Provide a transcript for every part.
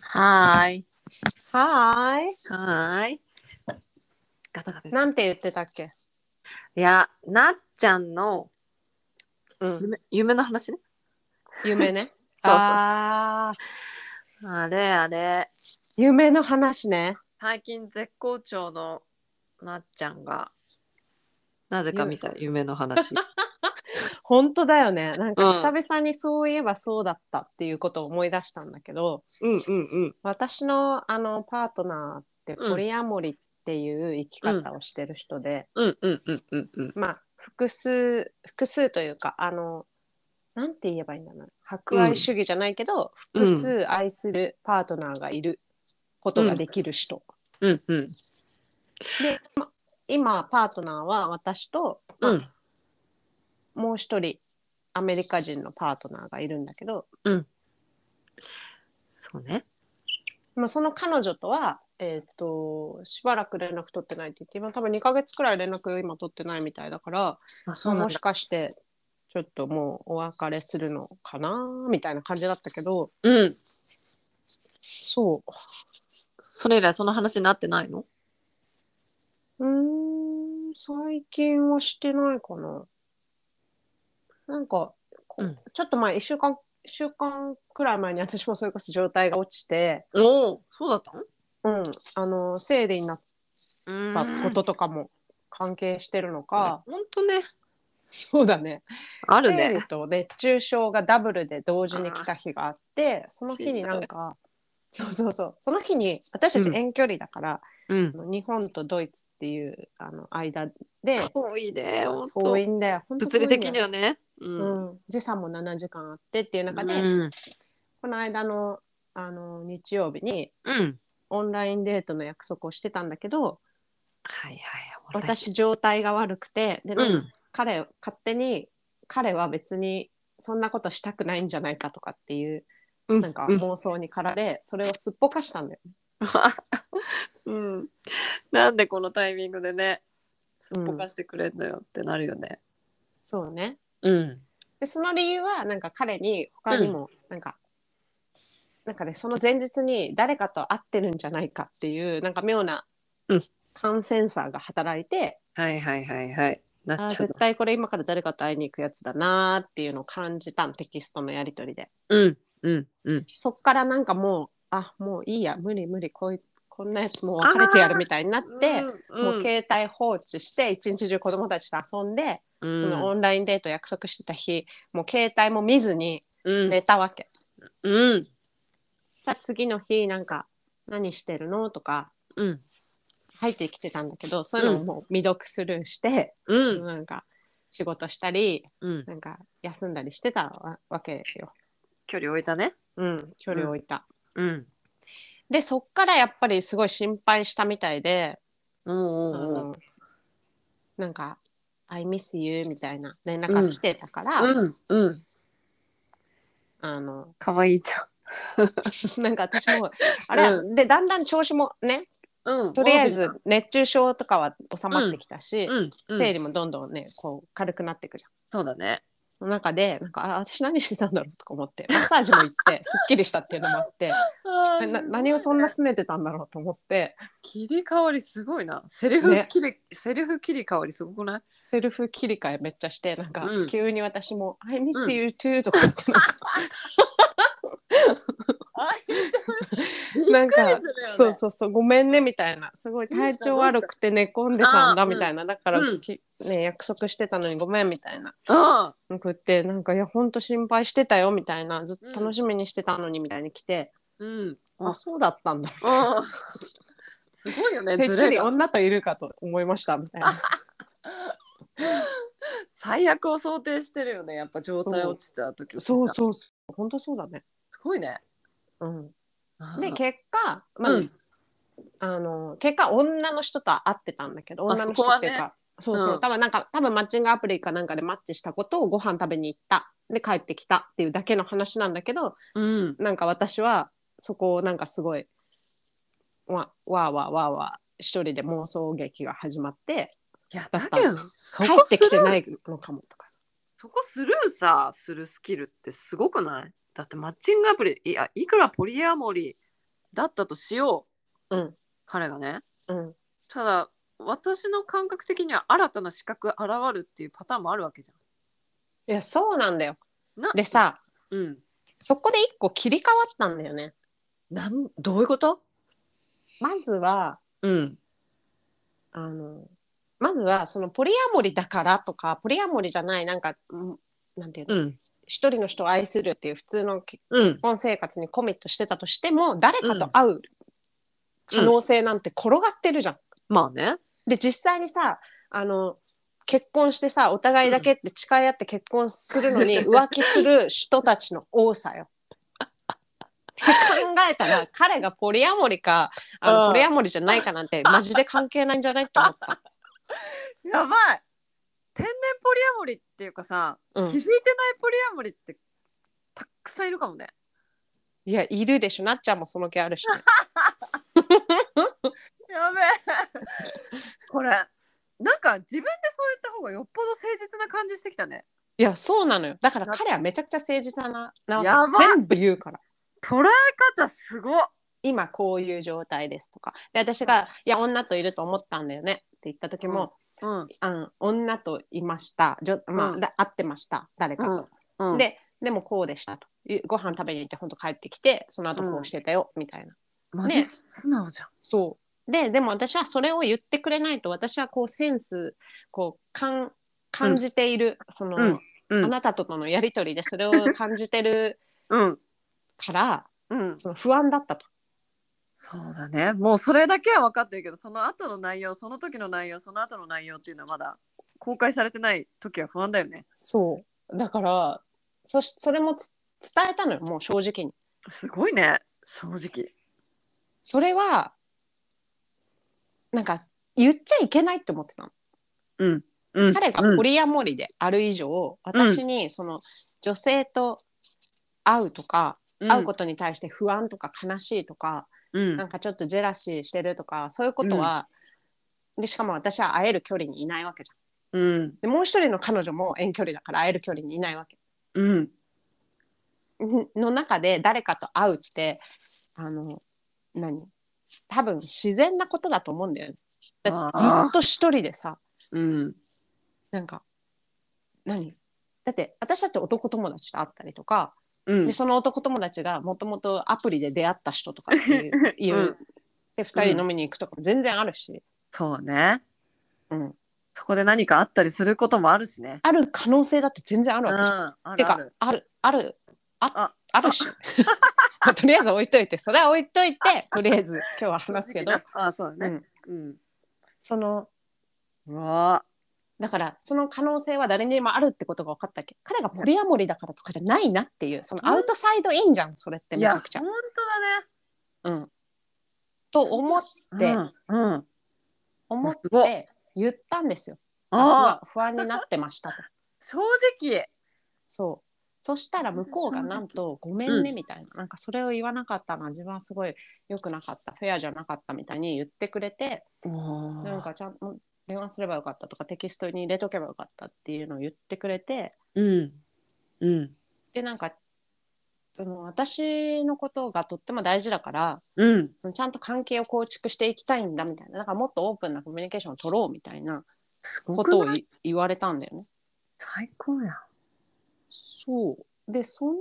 はーい。はーい。はーい。ガタガタなです。んて言ってたっけいや、なっちゃんのうん。夢夢の話ね。夢ね。 そうそうあああ。れあれ。夢の話ね。最近絶好調のなっちゃんが、なぜか見た夢の 話。本当だよね。なんうんか久々にそういえばそうだったっていうことを思い出したんだけど、うんうんうん。私のあのパートナーってうんポリアモリっていう生き方をしてる人で、うんうんうんうんうん。まあ複数複数というかあのなんて言えばいいんだろうな博愛主義じゃないけど、うん複数愛するパートナーがいることができる人、うんうん。今パートナーは私と、まあうんもう一人アメリカ人のパートナーがいるんだけど、そうね。まあ、その彼女とは、えー、としばらく連絡取ってないって言って今多分2ヶ月くらい連絡今取ってないみたいだからあ、そうなんもしだ。かしてちょっともうお別れするのかなみたいな感じだったけどうん。そそれ以来その話になってないのううーん最近はしてないかな。なんか、こうんちょっと前1週間一週間くらい前に私もそれこそ状態が落ちて、おお、そうだったのうん、あの生理になっうたーん。こととかも関係してるのか、ほんとね。そうだねある生ね理。と熱中症がダブルで同時に来た日があってその日になんかそうそうそうその日に私たち遠距離だから、うんあ。の日本とドイツっていうあの間で遠いね、本当遠いんだよ本当物理的には、はね。うんうん、時差も7時間あってっていう中で、うんこの間のあの日曜日にうん。オンラインデートの約束をしてたんだけどはいはい。ほら私状態が悪くてで、うなんかん。彼勝手に彼は別にそんなことしたくないんじゃないかとかっていううんなんかうん妄想に駆られ、それをすっぽかしたんだよね。 うん。なんでこのタイミングでね、すっぽかしてくれんのよってなるよね。そうねうん。でその理由はなんか彼に他にもなんか、なんかねその前日に誰かと会ってるんじゃないかっていうなんか妙なうん感センサーが働いて、はいはいはいはい。なあっーちゃう絶。対これ今から誰かと会いに行くやつだなーっていうのを感じたのテキストのやり取りで。うんうんうん。そっからなんかもう、あもういいや、無理無理、こういこんなやつもう別れてやるみたいになって、もう携帯放置して、一日中子供たちと遊んで、うんそのオンラインデート約束してた日、もう携帯も見ずにうん寝たわけ。うんさ次の日、なんか、何してるのとか、うん入ってきてたんだけど、そういうのももう未読スルーして、うんなんか、仕事したり、うん。なんか、休んだりしてたわわけよ。距離置いたね。うん、距離を置いた。うん。で、そっからやっぱりすごい心配したみたいで、おうあおうおう。のなんか「I miss you」みたいな連絡が来てたから、うんうん。あの かわいいじなんか私 もあれ、うでだんだん調子もねゃん。うん。とりあえず熱中症とかは収まってきたし、うん。うん。生理もどんどんねこう軽くなっていくじゃん。そうだね。その中でなんかあ私何してたんだろうとか思ってマッサージも行って すっきりしたっていうのもあってえな何をそんな拗ねてたんだろうと思って切り替わりすごいな。セリフね切り、セリフ切り替わりすごくない？セルフ切り替えめっちゃしてなんかうん急に私も「I miss you too」とか言ってな んかなんか、そうそうそうごめんねみたいなすごいどうし体た調悪くて寝込んでたんあだーみたいなだから、うんきね、約束してたのにごめんみたいなうん。送ってなんかいやほんと心配してたよみたいなずっうんと楽しみにしてたのにみたいに来て、うん。ああそうだったんだうんすごいよ ね。てっずきれりが女といるかと思いましたみたいな最悪を想定してるよね。やっぱ状態落ちた時はさそうそうそうほんとそうだね、すごいね。うん、あでー結果、まあうんあの結果女の人とは会ってたんだけどあ女の人っていうかそうそう、うん多分なんか多分マッチングアプリかなんかでマッチしたことをご飯食べに行ったで帰ってきたっていうだけの話なんだけどうん。なんか私はそこをなんかすごいわわーわーわーわー一人で妄想劇が始まっていやだだったけどそ帰こっすてきてるないのかもとかさそこスルーさするスキルってすごくない？だってマッチングアプリいやいくらポリアモリだったとしよう、うん彼がねうんただ私の感覚的には新たな資格現るっていうパターンもあるわけじいやそうなんだよゃん。なで、さうん、そこで一個切り替わったんだよねなんどういうこと、まずはうん、あのまずはそのポリアモリだからとかポリアモリじゃないなんかうんなんていうの、うん一人の人を愛するっていう普通の結うん婚生活にコミットしてたとしても誰かと会う可能性なんて転がってるじゃん。まあね。で実際にさあの結婚してさお互いだけって誓い合って結婚するのにう浮気する人たちの多さよ。って考えたら彼がポリアモリかあうのんポリアモリじゃないかなんてマジで関係ないんじゃないって思った。やばい天然ポリアモリっていうかさ、うん気づいてないポリアモリってたくさんいるかもね。いやいるでしょなっちゃんもその気 あるし、ね、やべえこれなんか自分でそう言った方がよっぽど誠実な感じしてきたねいやそうなのよだから彼はめちゃくちゃ誠実ななやわばけ全部言うから捉え方すごっ今こういう状態ですとかで私が「いや女といると思ったんだよね」って言った時もうん「あの女といましたじょ、まあうんだ会ってました誰かと」うんででもこうでしたというご飯食べに行って本当帰ってきてその後こうしてたよ、みたいなマジ素直じゃん、そうででも私はそれを言ってくれないと私はこうセンスこう感感じている、その、うんうんあなたとのやり取りでそれを感じてるうんから うんその不安だったと。そうだねもうそれだけは分かってるけどその後の内容その時の内容その後の内容っていうのはまだ公開されてない時は不安だよねそうだからそしそれもつ伝えたのよもう正直に。すごいね正直それはなんか言っちゃいけないって思ってたの。うんうん彼がポリアモリである以上、私にその女性と会うとか、会うことに対して不安とか悲しいとか、うんなんかちょっとジェラシーしてるとかそういうことは、でしかも私は会える距離にいないわけじゃん。うんでもう一人の彼女も遠距離だから会える距離にいないわけ。 うんの中で誰かと会うってあの何多分自然なことだと思うんだよね。だってずあーっと一人でさうんなんか何だって私だって男友達と会ったりとか、うんでその男友達がもともとアプリで出会った人とかっていう いう、うんで2人飲みに行くとかも全然あるし、そうねうん、そこで何かあったりすることもあるしね。ある可能性だって全然あるうわん、けじあるあゃん。てかる。あるあるあああるし まあとりあえず置いといてそれは置いと いてとりあえず今日は話すけど正直なあ、そうだね。うん。そのうわだからその可能性は誰にもあるってことが分かったっけ彼がポリアモリだからとかじゃないなっていうそのアウトサイドインじゃんそれってーいめちや、ゃ本くち当ゃ。だね。うん、と思っでうん、うん。思っすごいて言ったんですよ。ああ、不安になってましたと。正直。そうそしたら向こうがなんと「ごめんね」みたいな,、なんかそれを言わなかったのは自分はすごい良くなかったフェアじゃなかったみたいに言ってくれてなんかちゃんと電話すればよかったとかテキストに入れとけばよかったっていうのを言ってくれてうん。うん。でなんかその私のことがとっても大事だからうん。そのちゃんと関係を構築していきたいんだみたいなだからもっとオープンなコミュニケーションを取ろうみたいなすごことをくないい言われたんだよね。最高やん。そうでその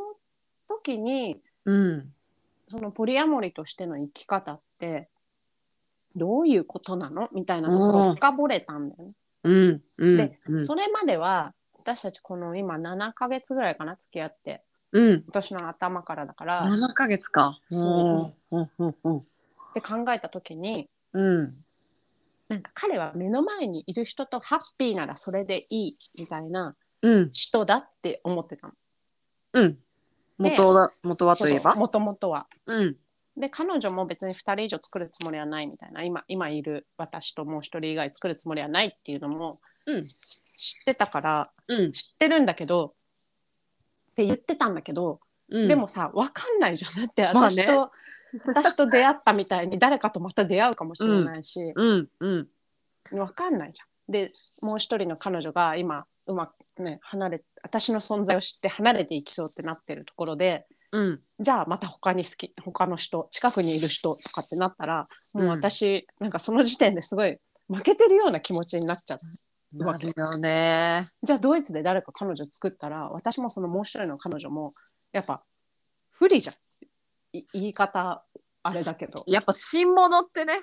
時にうん。そのポリアモリとしての生き方ってどういうことなのみたいなところを深掘れたんだよね。うん。うん。でうん、それまでは私たちこの今7ヶ月ぐらいかな付き合ってうん。今年の頭からだから、っ7ヶ月か。そうん。うん。うん。て考えた時にうん。なんか彼は目の前にいる人とハッピーならそれでいいみたいなうん。人だって思ってたの。うん。元だ、元はといえば。もともとは。うん。で彼女も別に2人以上作るつもりはないみたいな今今いる私ともう1人以外作るつもりはないっていうのもうん。知ってたからうん。知ってるんだけどって言ってたんだけど、うんでも、さ分かんないじゃんだってまあ私ねと、私と出会ったみたいに誰かとまた出会うかもしれないし、うん。うん。分かんないじゃん。でもう一人の彼女が今うまくね離れ私の存在を知って離れていきそうってなってるところでうん。じゃあまた他に好き他の人近くにいる人とかってなったらもう私、なんかその時点ですごい負けてるような気持ちになっちゃうなるよね。じゃあドイツで誰か彼女作ったら私もそのもう一人の彼女もやっぱ不利じゃんい言い方あれだけどやっぱ新物ってね。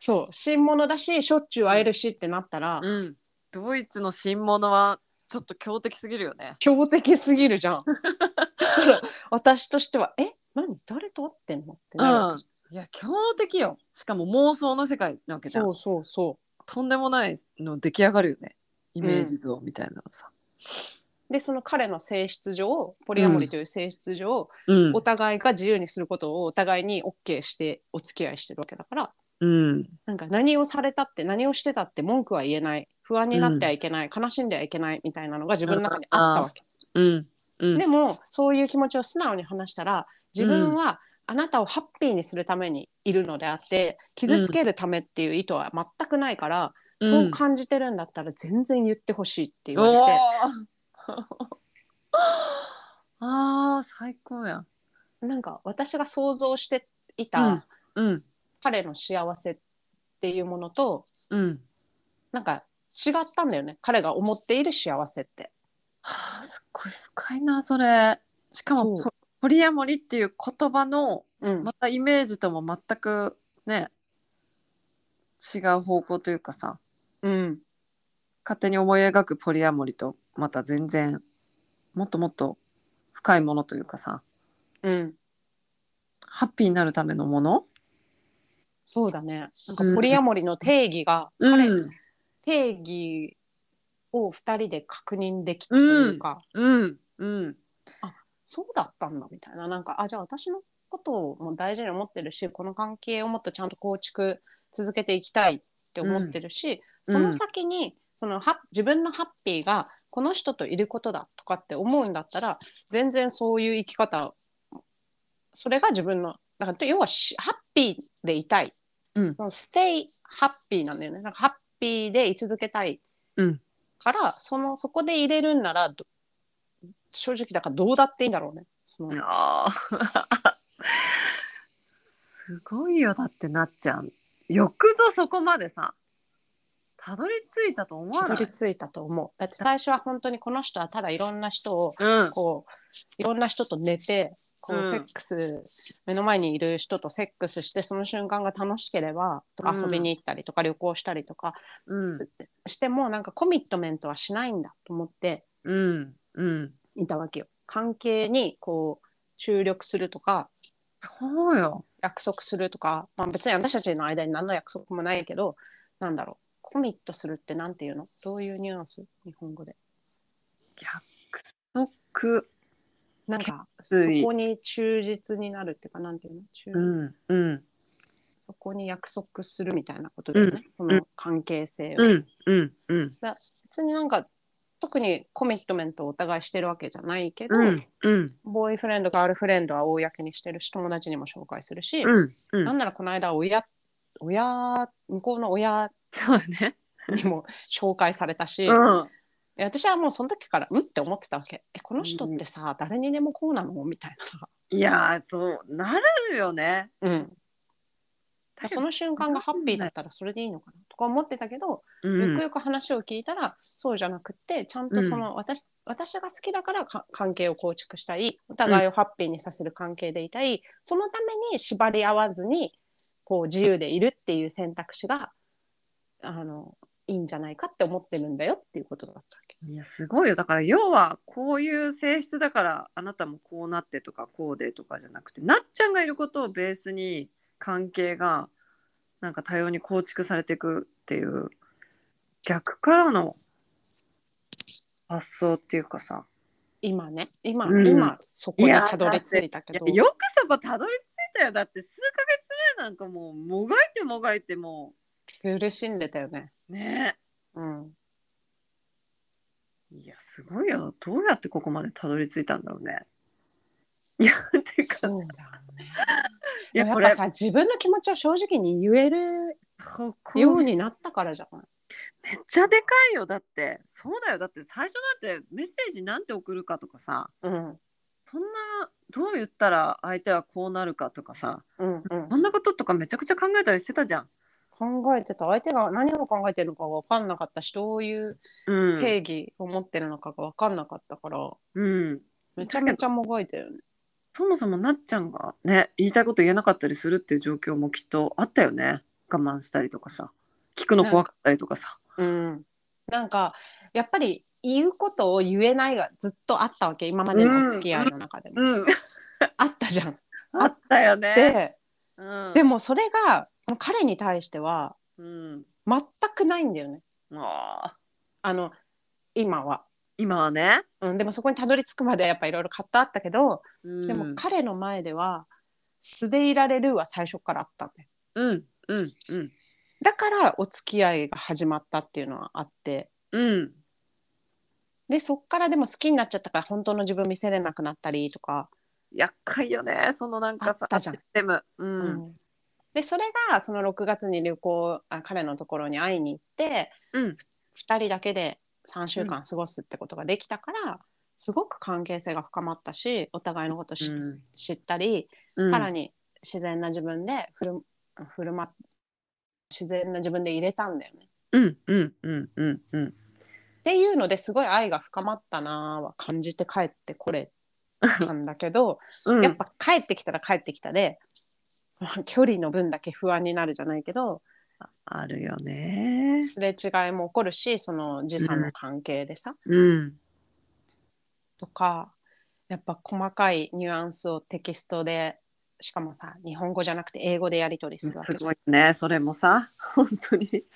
そう新物だししょっちゅう会えるしってなったら、うん。ドイツの新物はちょっと強敵すぎるよね。強敵すぎるじゃんだから私としてはえ何誰と会ってんのってなるわけじいや強敵よ。しかも妄想の世界なわけじゃゃんん。そうそうそうとんでもないの出来上がるよね。イメージ像みたいなのさ。でその彼の性質上ポリアモリという性質上、うんお互いが自由にすることをお互いに OK してお付き合いしてるわけだからうん。なんか何をされたって何をしてたって文句は言えない不安になってはいけない、悲しんではいけないみたいなのが自分の中にあったわけ。うん。うん。でもそういう気持ちを素直に話したら自分はあなたをハッピーにするためにいるのであって傷つけるためっていう意図は全くないから、うんそう感じてるんだったら全然言ってほしいって言われおて、ー あー最高やん。なんか私が想像していた、うんうん。彼の幸せっていうものとうん。なんか違ったんだよね彼が思っている幸せって。はあ、すっごい深いなそれしかもそうポポリアモリっていう言葉のうんまたイメージとも全くね違う方向というかさうん勝手に思い描くポリアモリとまた全然もっともっと深いものというかさうん、ハッピーになるためのもの、そうだねなんかうんポリアモリの定義が、彼うん定義を2人で確認できたというか、うんうんそうだったんだみたいななんかあじゃあ私のことも大事に思ってるしこの関係をもっとちゃんと構築続けていきたいって思ってるし、うんその先に、そのハッ自分のハッピーがこの人といることだとかって思うんだったら全然そういう生き方それが自分のだから要はしハッピーでいたい、うんそのステイハッピーなんだよねなんかハッピーで居続けたいうんからそのそこで入れるんならど正直だからどうだっていいんだろうね。そのあーすごいよだってなっちゃんよくぞそこまでさたどり着いたと思わたなどいり着いたと思う。だって最初は本当にこの人はただいろんな人をうんこういろんな人と寝てこううんセックス、目の前にいる人とセックスしてその瞬間が楽しければとうかん遊びに行ったりとか旅行したりとかうんすしてもなんかコミットメントはしないんだと思ってうんうんいたわけよ。関係にこう注力するとかそうよ約束するとか、まあ、別に私たちの間に何の約束もないけどなんだろうコミットするってなんていうのどういうニュアンス日本語で。約束なんかそ決意こに忠実になるっていうかなんていうの忠うんうんそこに約束するみたいなことだよね、んその関係性を、うんうんうん別になんか特にコミットメントをお互いしてるわけじゃないけど、うんうんボーイフレンドガールフレンドは公にしてるし友達にも紹介するし、うん うなんんならこの間親親向こうの親そうだねにも紹介されたし、うんえ私はもうその時からうんって思ってたわけえこの人ってさ、誰にでもこうなのみたいなさ、いやーそうなるよねうん、その瞬間がハッピーだだったらそれでいいのかなとか思ってたけど、うんよくよく話を聞いたらそうじゃなくってちゃんとその、私私が好きだからか関係を構築したいお互いをハッピーにさせる関係でいたい、そのために縛り合わずにこう自由でいるっていう選択肢があのいいんじゃないかって思ってるんだよっていうことだったわけ。いやすごいよだから要はこういう性質だからあなたもこうなってとかこうでとかじゃなくてなっちゃんがいることをベースに関係がなんか多様に構築されていくっていう逆からの発想っていうかさ今ね今、うん今そこにたどり着いたいけやどよくそこたどり着いたよだって数ヶ月前なんかもうもがいてもがいても苦しんでたよね。うねうんいやすごいよどうやってここまでたどり着いたんだろうね。いやてかそうだよね。いでもやっぱさ自分の気持ちを正直に言えるここようになったからじゃない。めっちゃでかいよだってそうだよだって最初だってメッセージなんて送るかとかさうん、そそんなどう言ったら相手はこうなるかとかさうんうんこんなこととかめちゃくちゃ考えたりしてたじゃん。考えてた相手が何を考えてるのかが分かんなかったしどういううん定義を持ってるのかが分かんなかったから、うん、めちゃめちゃもがいたよね。そもそもなっちゃんがね言いたいこと言えなかったりするっていう状況もきっとあったよね我慢したりとかさ聞くの怖かったりとかさ。うん、なんかやっぱり言うことを言えないがずっとあったわけ今までのお付き合いの中でも、うん、あったじゃん。あったよね。でうん、でもそれが彼に対してはうん、全くないんだよねあーあの今は、今はね。うん。でもそこにたどり着くまでやっぱいろいろ買ったあったけど、うん、でも彼の前では素でいられるは最初からあったんだよ。うんうんうんだからお付き合いが始まったっていうのはあってうんでそっからでも好きになっちゃったから本当の自分見せれなくなったりとか、厄介よねそのなんかさあったじゃんシステム。うんうんでそれがその6月に旅行あ彼のところに会いに行ってうん2人だけで3週間過ごすってことができたから、すごく関係性が深まったしお互いのことし、知ったりうんさらに自然な自分で振る振る舞っ自然な自分で入れたんだよね。うんうんうんうんうんっていうのですごい愛が深まったなぁは感じて帰ってこれたんだけど、うんやっぱ帰ってきたら帰ってきたで、まあ距離の分だけ不安になるじゃないけどあるよね。すれ違いも起こるしその時差の関係でさ、うんとかやっぱ細かいニュアンスをテキストでしかもさ日本語じゃなくて英語でやり取りするわすけじゃごんいねそれもさ 本当 にだって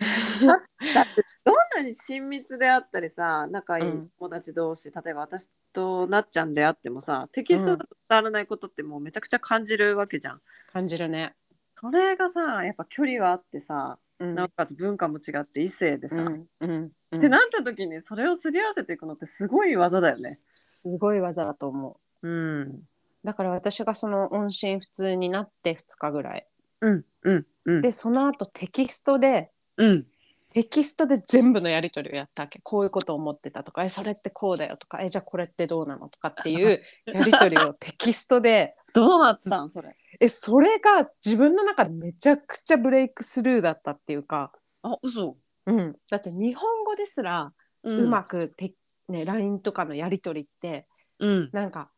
どんなに親密であったりさ仲いいうん友達同士、例えば私となっちゃんであってもさテキストが伝わらないことってもうめちゃくちゃ感じるわけじゃん。感じるね。それがさやっぱ距離はあってさうんなおかつ文化も違って異性でさ、うんうんうんってなった時にそれをすり合わせていくのってすごい技だよね。すごい技だと思う。うんだから私がその音信不通になって2日ぐらいうんうんうんでその後テキストでうんテキストで全部のやり取りをやったわけこういうことを思ってたとかえそれってこうだよとかえじゃあこれってどうなのとかっていう やり取りをテキストでどうなったんそれえそれが自分の中でめちゃくちゃブレイクスルーだったっていうか、あ嘘うん、だって日本語ですらううまくて、ね、LINE とかのやり取りってうんなんか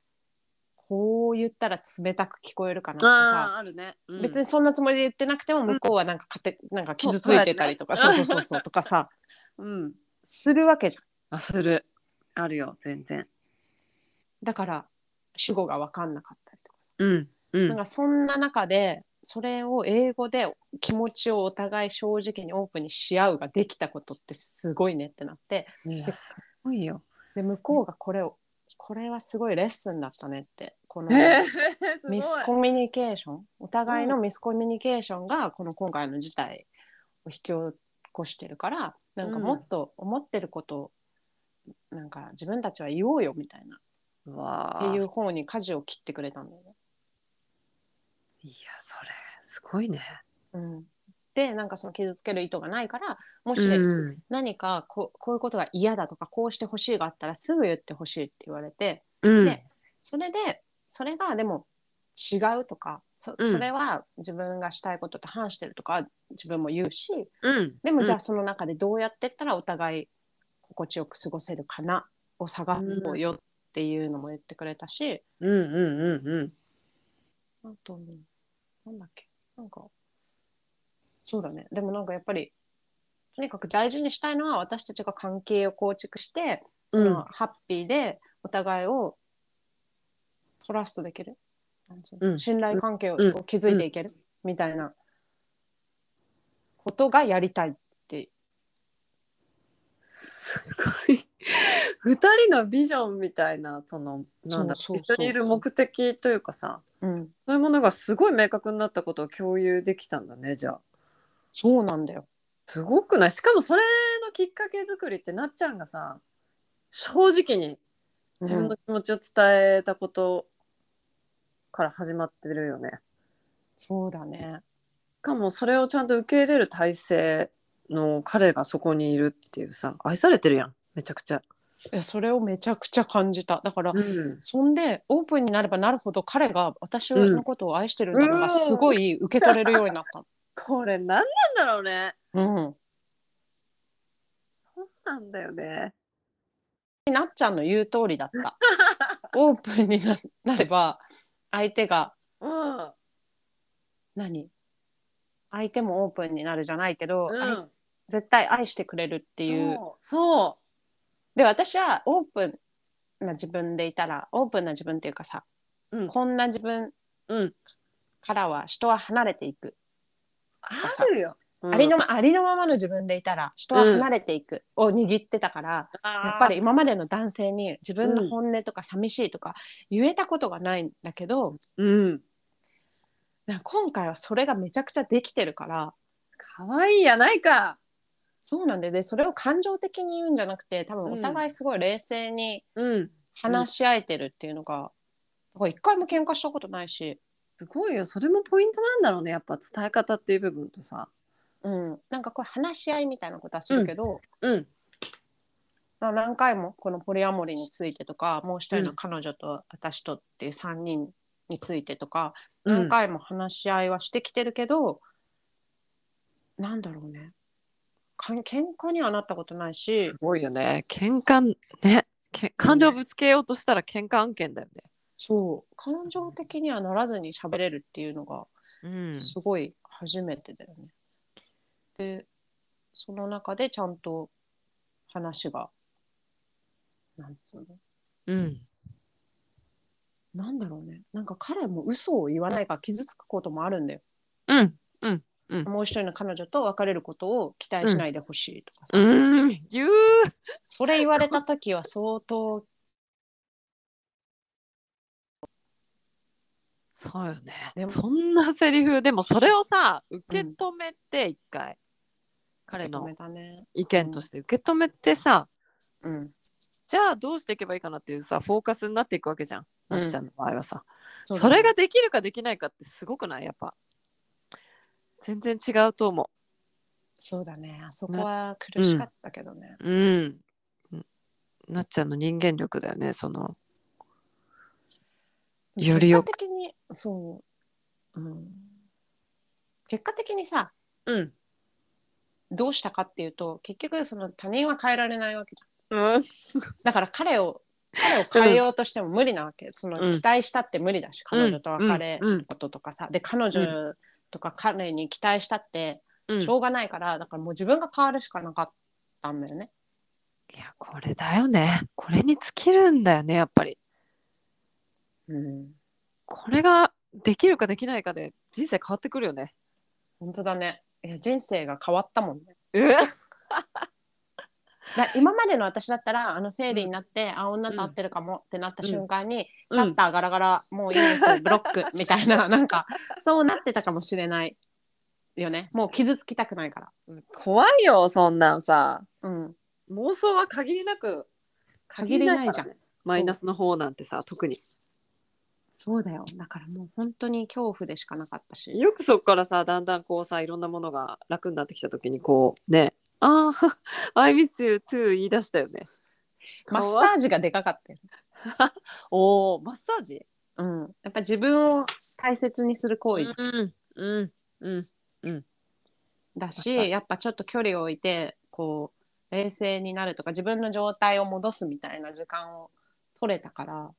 こう言ったら冷たく聞こえるかなとかさあーあるね、うん別にそんなつもりで言ってなくても向こうはなんかかて、なんか傷ついてたりとかそそううだそよねうそうそうとかさうんするわけじゃあんするあるよ全然だから主語が分かんなかったりとかさ、うんうなんんかそんな中でそれを英語で気持ちをお互い正直にオープンにし合うができたことってすごいねってなっていやすごいよで向こうがこれをこれはすごいレッスンだったねってこのえー、すごいミスコミュニケーションお互いのミスコミュニケーションがこの今回の事態を引き起こしてるからなんかもっと思ってることをなんか自分たちは言おうよみたいなうわっーいていやう方に舵を切ってくれたんだよね。それすごいねうん、でなんかその傷つける意図がないからもしうん何かこうこういうことが嫌だとかこうしてほしいがあったらすぐ言ってほしいって言われて、うんでそれでそれがでも違うとかそうんそれは自分がしたいことと反してるとか自分も言うしうんでもじゃあうその中でどうやってったらお互い心地よく過ごせるかなを探そうよっていうのも言ってくれたし、んうんうんうんあとなんだっけなんかそうだねでもなんかやっぱりとにかく大事にしたいのは私たちが関係を構築してそうんのハッピーでお互いをトラストできる、なんていうのうん信頼関係をうんを築いていける、みたいなことがやりたいってすごい 二人のビジョンみたいなそのなんだろうそうそう一緒にいる目的というかさうん、そういうものがすごい明確になったことを共有できたんだねじゃあそうなんだよ。すごくないしかもそれのきっかけ作りってなっちゃんがさ正直に自分うのん気持ちを伝えたことから始まってるよね。しそうだね。かもそれをちゃんと受け入れる体制の彼がそこにいるっていうさ愛されてるやんめちゃくちゃ。いやそれをめちゃくちゃ感じただから、うんそんでオープンになればなるほど彼が私のことを愛してるんだろううんがすごい受け取れるようになったこれ何なんだろうねの。そうなんだよねうん、なっちゃんの言う通りだった オープンにななれば相手がうん何相手もオープンになるじゃないけうど、あいん絶対愛してくれるっていうそうそで私はオープンな自分でいたらオープンな自分っていうかさ、うんこんな自分ううんからは人は離れていく、あるよ、うんありのまありのままの自分でいたら人は離れていくを握ってたから、やっぱり今までの男性に自分の本音とか寂しいとか言えたことがないんだけど、うんなんか今回はそれがめちゃくちゃできてるから可愛いやないかそうなんででそれを感情的に言うんじゃなくて多う分んお互いすごい冷静にうん話し合えてるっていうのが、だから一回も喧嘩したことないし、すごいよそれもポイントなんだろうねやっぱ伝え方っていう部分とさうん、なんかこう話し合いみたいなことはするけど、うんまあ、何回もこのポリアモリについてとかもう一人の彼女と私とっていう3人についてとか、何回も話し合いはしてきてるけど、なんだろうねかん喧嘩にはなったことないしすごいよね喧嘩ねけ感情ぶつけようとしたら喧嘩案件だよねそう感情的にはならずに喋れるっていうのがうんすごい初めてだよね。でその中でちゃんと話がなんつうのうんなんだろうねなんか彼も嘘を言わないから傷つくこともあるんだよ。うんもう一人の彼女と別れることを期待しないでほしいとかさ、うん言うそれ言われた時は相当そうよねでもそんなセリフでもそれをさ受け止めて一回、彼止のめたね。意見として受け止めてさ、うん、じゃあどうしていけばいいかなっていうさフォーカスになっていくわけじゃん、うんなっちゃんの場合はさうだねそれができるかできないかってすごくないやっぱ全然違うと思うそうだねあそこは苦しかったけどね。うん。なっちゃんの人間力だよね、その。うんよりよく結果的にそう、うん、結果的にさうん。どうしたかっていうと結局その他人は変えられないわけじうん。ゃん。だから彼を彼を変えようとしても無理なわけ、そのうん期待したって無理だし、彼女と別れうんうんることとかさ、で彼女とか彼に期待したってうん、いしょうがないから、だからもう自分が変わるしかなかったんだよね。や、これだよね。これに尽きるんだよね、やっぱり。うん、これができるかできないかで人生変わってくるよね。本当だねいや人生が変わったもんね。えだ今までの私だったらあの生理になって、あ女と会ってるかもってなった瞬間に、うんシャッターガラガラ、もういい ですブロックみたいな なんかそうなってたかもしれないよねもう傷つきたくないから、怖いよ、そんなんさ。うん、妄想は限りなく。限りないじ限りかゃんらね。マイナスの方なんてさ、特に。そうだよだからもう本当に恐怖でしかなかったしよくそこからさ、だんだんこうさ、いろんなものが楽になってきたときに、こう、ね。ああ、I miss you too 言い出したよね。マッかわサージがでかかったよ、おおマッサージうん、やっぱ自分を大切にする行為じゃんうんうんうん確だかしやっぱちょっと距離を置いてこう冷静になるとか自分の状態を戻すみたいな時間を取れたから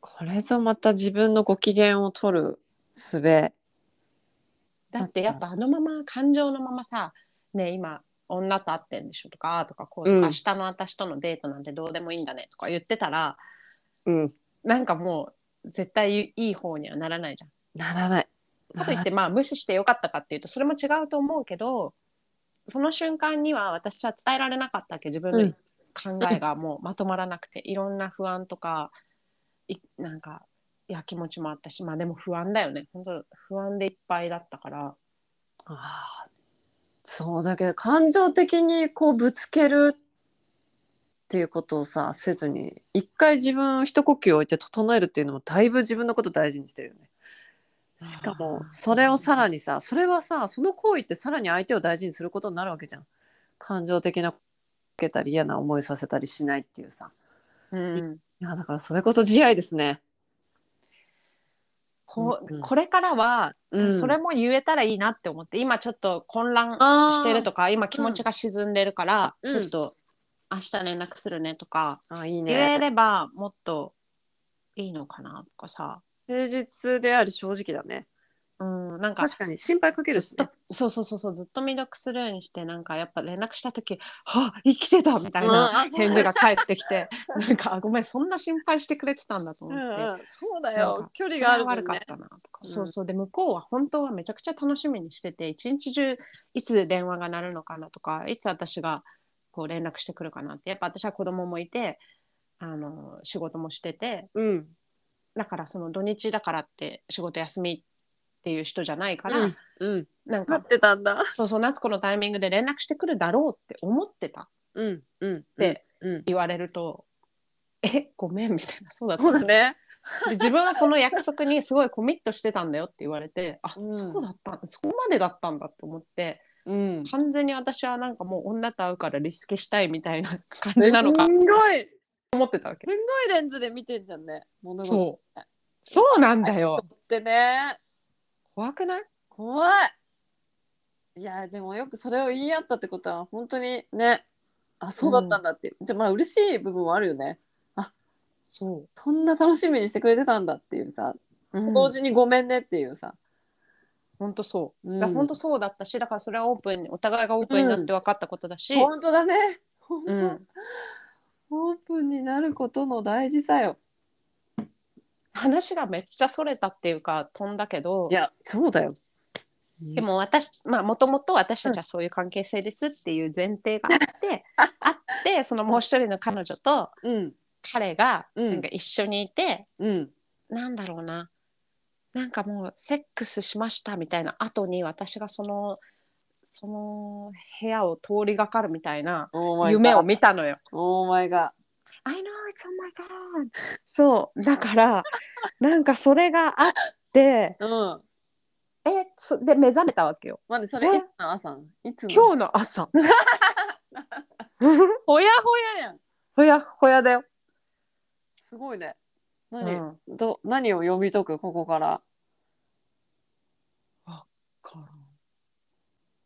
これぞまた自分のご機嫌を取る術べだってやっぱあのまま感情のままさ「ねえ今女と会ってんでしょ」とかあーとかこうとか、うん明日の私とのデートなんてどうでもいいんだね」とか言ってたらうんなんかもう絶対いい方にはならないじゃならないん。かといってまあ無視してよかったかっていうとそれも違うと思うけどその瞬間には私は伝えられなかったわけ自分の考えがもうまとまらなくて、いろんな不安とかいなんかいや気持ちもあったしまあでも不安だよね本当不安でいっぱいだったから。あーそうだけど感情的にこうぶつけるっていうことをさせずに一回自分を一呼吸置いて整えるっていうのもだいぶ自分のこと大事にしてるよねしかもあーそれをさらにさそれはさその行為ってさらに相手を大事にすることになるわけじゃん感情的なけたり嫌な思いさせたりしないっていうさうんいやだからそれこそ慈愛ですねこうんうんこれからは、うんそれも言えたらいいなって思って今ちょっと混乱あしてるとか今気持ちが沈んでるから、うんちょっと明日連絡するねとか、あいい言ねえればもっといいのかなとかさ、誠実であり正直だねうん、なんか確かに心配かけるずしっね、とそうそうそうそうずっと未読するようにしてなんかやっぱ連絡した時「はあ生きてた!」みたいうんなあそう返事が返ってきて、なんかあ「ごめんそんな心配してくれてたんだ」とう思んって。うん、そうだなんよか距離があるそれは悪もかんっねたなとか、うんそうそうで向こうは本当はめちゃくちゃ楽しみにしてて一日中いつ電話が鳴るのかなとかいつ私がこう連絡してくるかなってやっぱ私は子供もいてあの仕事もしててうんだからその土日だからって仕事休みっていう人じゃないから、うんうんなん待かってたんだそうそう夏子のタイミングで連絡してくるだろうって思ってたっうんうんてうん言われると、えごめんみたいなそうだったそうだねで自分はその約束にすごいコミットしてたんだよって言われてあ、うんそうだったそこまでだったんだと思ってうん完全に私はなんかもう女と会うからリスケしたいみたいな感じなのかすとんごい思ってたわけすんごいレンズで見てんじゃんね物事っそうそうなんだよてね怖くない怖いいやでもよくそれを言い合ったってことは本当にねあそうだったんだって、じゃあまあ嬉しい部分はあるよねそそんな楽しみにしてくれてたんだっていうさ、う、うん、同時にごめんねっていうさ、本当そう、うんだから本当そうだったしだからそれはオープンにお互いがオープンになって分かったことだし、本当だね本当、うんオープンになることの大事さよ話がめっちゃそれたっていうか飛んだけどいやそうだよでも私まあもともと私たちはそういう関係性ですっていう前提があ って、あってそのもう一人の彼女とうん彼がうんなんか一緒にいて、うんなんだろうななんかもうセックスしましたみたいな後に私がそのその部屋を通りがかるみたいな夢を見たのよ。オーマイガ I know it's on my god そうだからなんかそれがあってーうんえそで目覚めたわけよまでそれえいつの朝いつの今日の 朝ほやほややんほやほやだよ。すごいねう何、んど何を読み解くここから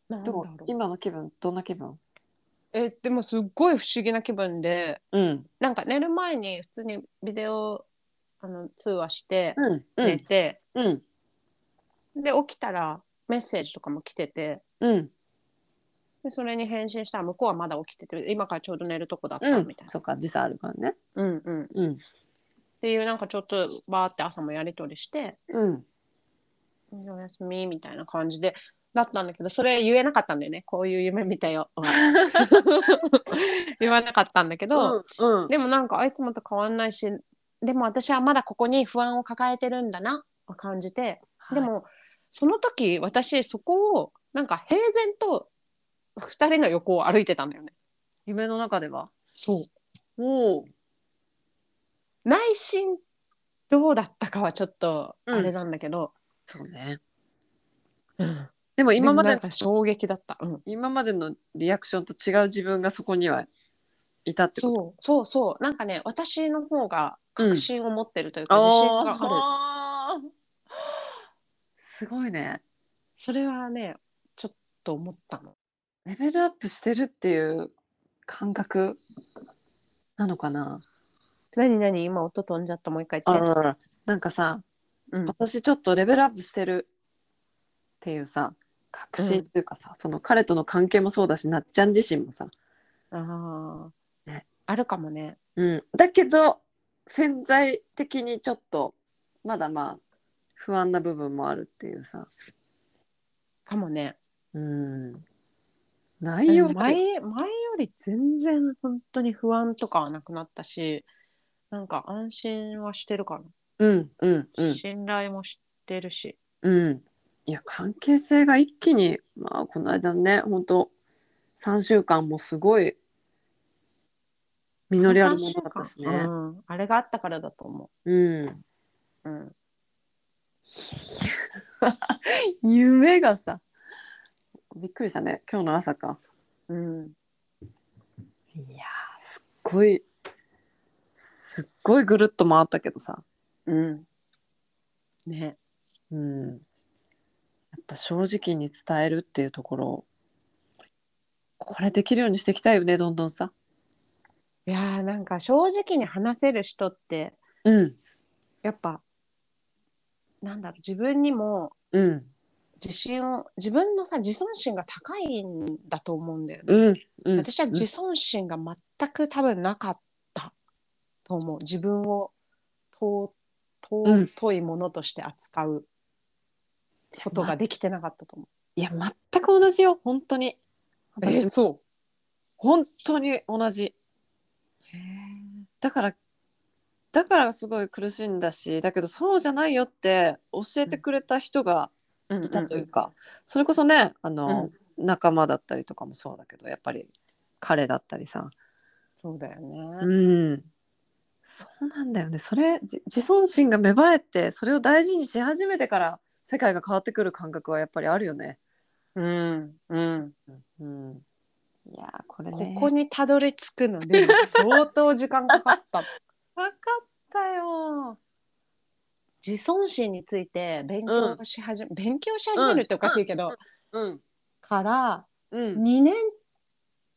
なんだどろうう今の気分どんな気分えでもすっごい不思議な気分でうんなんか寝る前に普通にビデオあの通話してうんう寝んて、うんで起きたらメッセージとかも来ててうんでそれに返信したら向こうはまだ起きてて今からちょうど寝るとこだったうんみたいな、そっか時差あるからねうんうんっうんていうなんかちょっとバーって朝もやり取りしてうんじゃあおやすみみたいな感じでだったんだけどそれ言えなかったんだよねこういう夢見 たよは言わなかったんだけど、うんうんでもなんかあいつもと変わんないしでも私はまだここに不安を抱えてるんだなを感じて、でもその時私そこをなんか平然と2人の横を歩いてたんだよね。夢の中ではそおおう内心どうだったかはちょっとあれなんだけど、そうねうんでも今まなでんか衝撃だった、うん、今までのリアクションと違う自分がそこにはいたってことそうそうそうなんかね私の方が確信を持ってるというか、あ自信があるー すごいねそれはねちょっと思ったの。レベルアップしてるっていう感覚なのかな何何今音飛んじゃったもう一回言って。あなんかさうん私ちょっとレベルアップしてるっていうさ確信っていうかさ、その彼との関係もそうだしなっちゃん自身もさ、ああ、ねあるかもね。うん、だけど潜在的にちょっとまだまあ不安な部分もあるっていうさ、かもね。うん、で内容もが前前より全然本当に不安とかはなくなったし、なんか安心はしてるかうんうんうな。ん信頼もしてるし。うんいや関係性が一気にまあこの間ね本当3週間もすごい実りあるものだったしね。 3週間うん。あれがあったからだと思うんう。うん。 夢がさびっくりしたね今日の朝かうん。いやーすっごいすっごいぐるっと回ったけどさ、うん。ね。うん、やっぱ正直に伝えるっていうところこれできるようにしていきたいよねどんどんさ。いやーなんか正直に話せる人ってうんやっぱなんだろう自分にもうん自信を自分のさ自尊心が高いんだと思うんだよね。うんうん、私は自尊心が全く多分なかったと思う自分を尊尊いものとして扱うことができてなかったと思う。いや全く同じよ本当に私そ本当に同じう。だからだからすごい苦しんだしだけどそうじゃないよって教えてくれた人がいたというか、それこそねあの、仲間だったりとかもそうだけどやっぱり彼だったりさ、そうだよね。うん、そうなんだよねそれじ自尊心が芽生えてそれを大事にし始めてから世界が変わってくる感覚はやっぱりあるよね。うんうん。うん、いやーこれこねこにたどり着くので相当時間かかった。分かったよ。自尊心について勉強し始め、勉強し始めるっておかしいけど、うん、からうん、 2年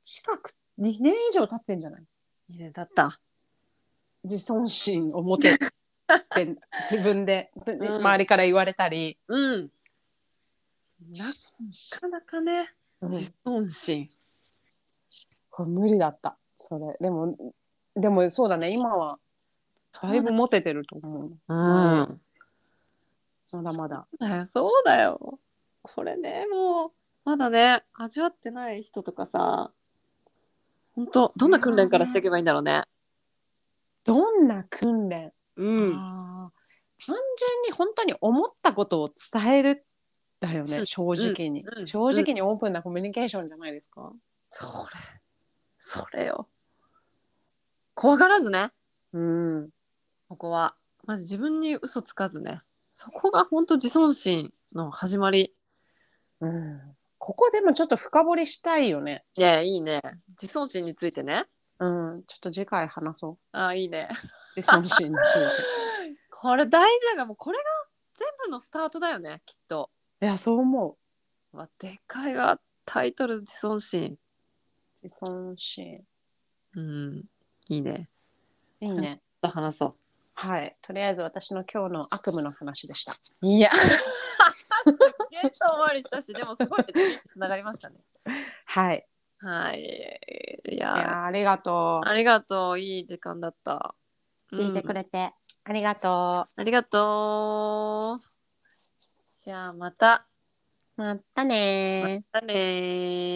近く2年以上経ってんじゃないいいねだった。自尊心を持て って自分で、ん周りから言われたり。うん、な尊心、かなかねうん自尊心。これ無理だったそれでもでもそうだね今はだいぶ持ててると思ううん、まだまだだよ そうだよ。これねもうまだね味わってない人とかさ本当どんな訓練からしていけばいいんだろうね。どんな訓練うああー単純に本当に思ったことを伝えるだようねん正直に、うんうん正直にオープンなコミュニケーションじゃないですか、それそれよ。怖がらずねうん、ここはまず自分に嘘つかずねそこが本当自尊心の始まり。うん、ここでもちょっと深掘りしたいよね、ねいいね自尊心についてね。うん、ちょっと次回話そうあいいね。自尊心についこれ大事だからもうこれが全部のスタートだよねきっと。て いやそう思うわでかいわタイトル自尊心。う自尊心うんいいね。いいねと話そはいとりあえず私の今日の悪夢の話でしたう。いや。ゲット終わりしたしでもすごいつながりましたね。はいはい。いいややーありがとありがとういい時間だった。う聞いてくうんれて、ありがとありがとう。じゃあまた。うまたねーまたねー